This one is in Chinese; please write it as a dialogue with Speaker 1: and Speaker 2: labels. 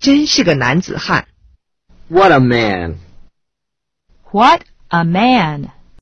Speaker 1: 真是个男子汉。
Speaker 2: What a man!
Speaker 3: What a man!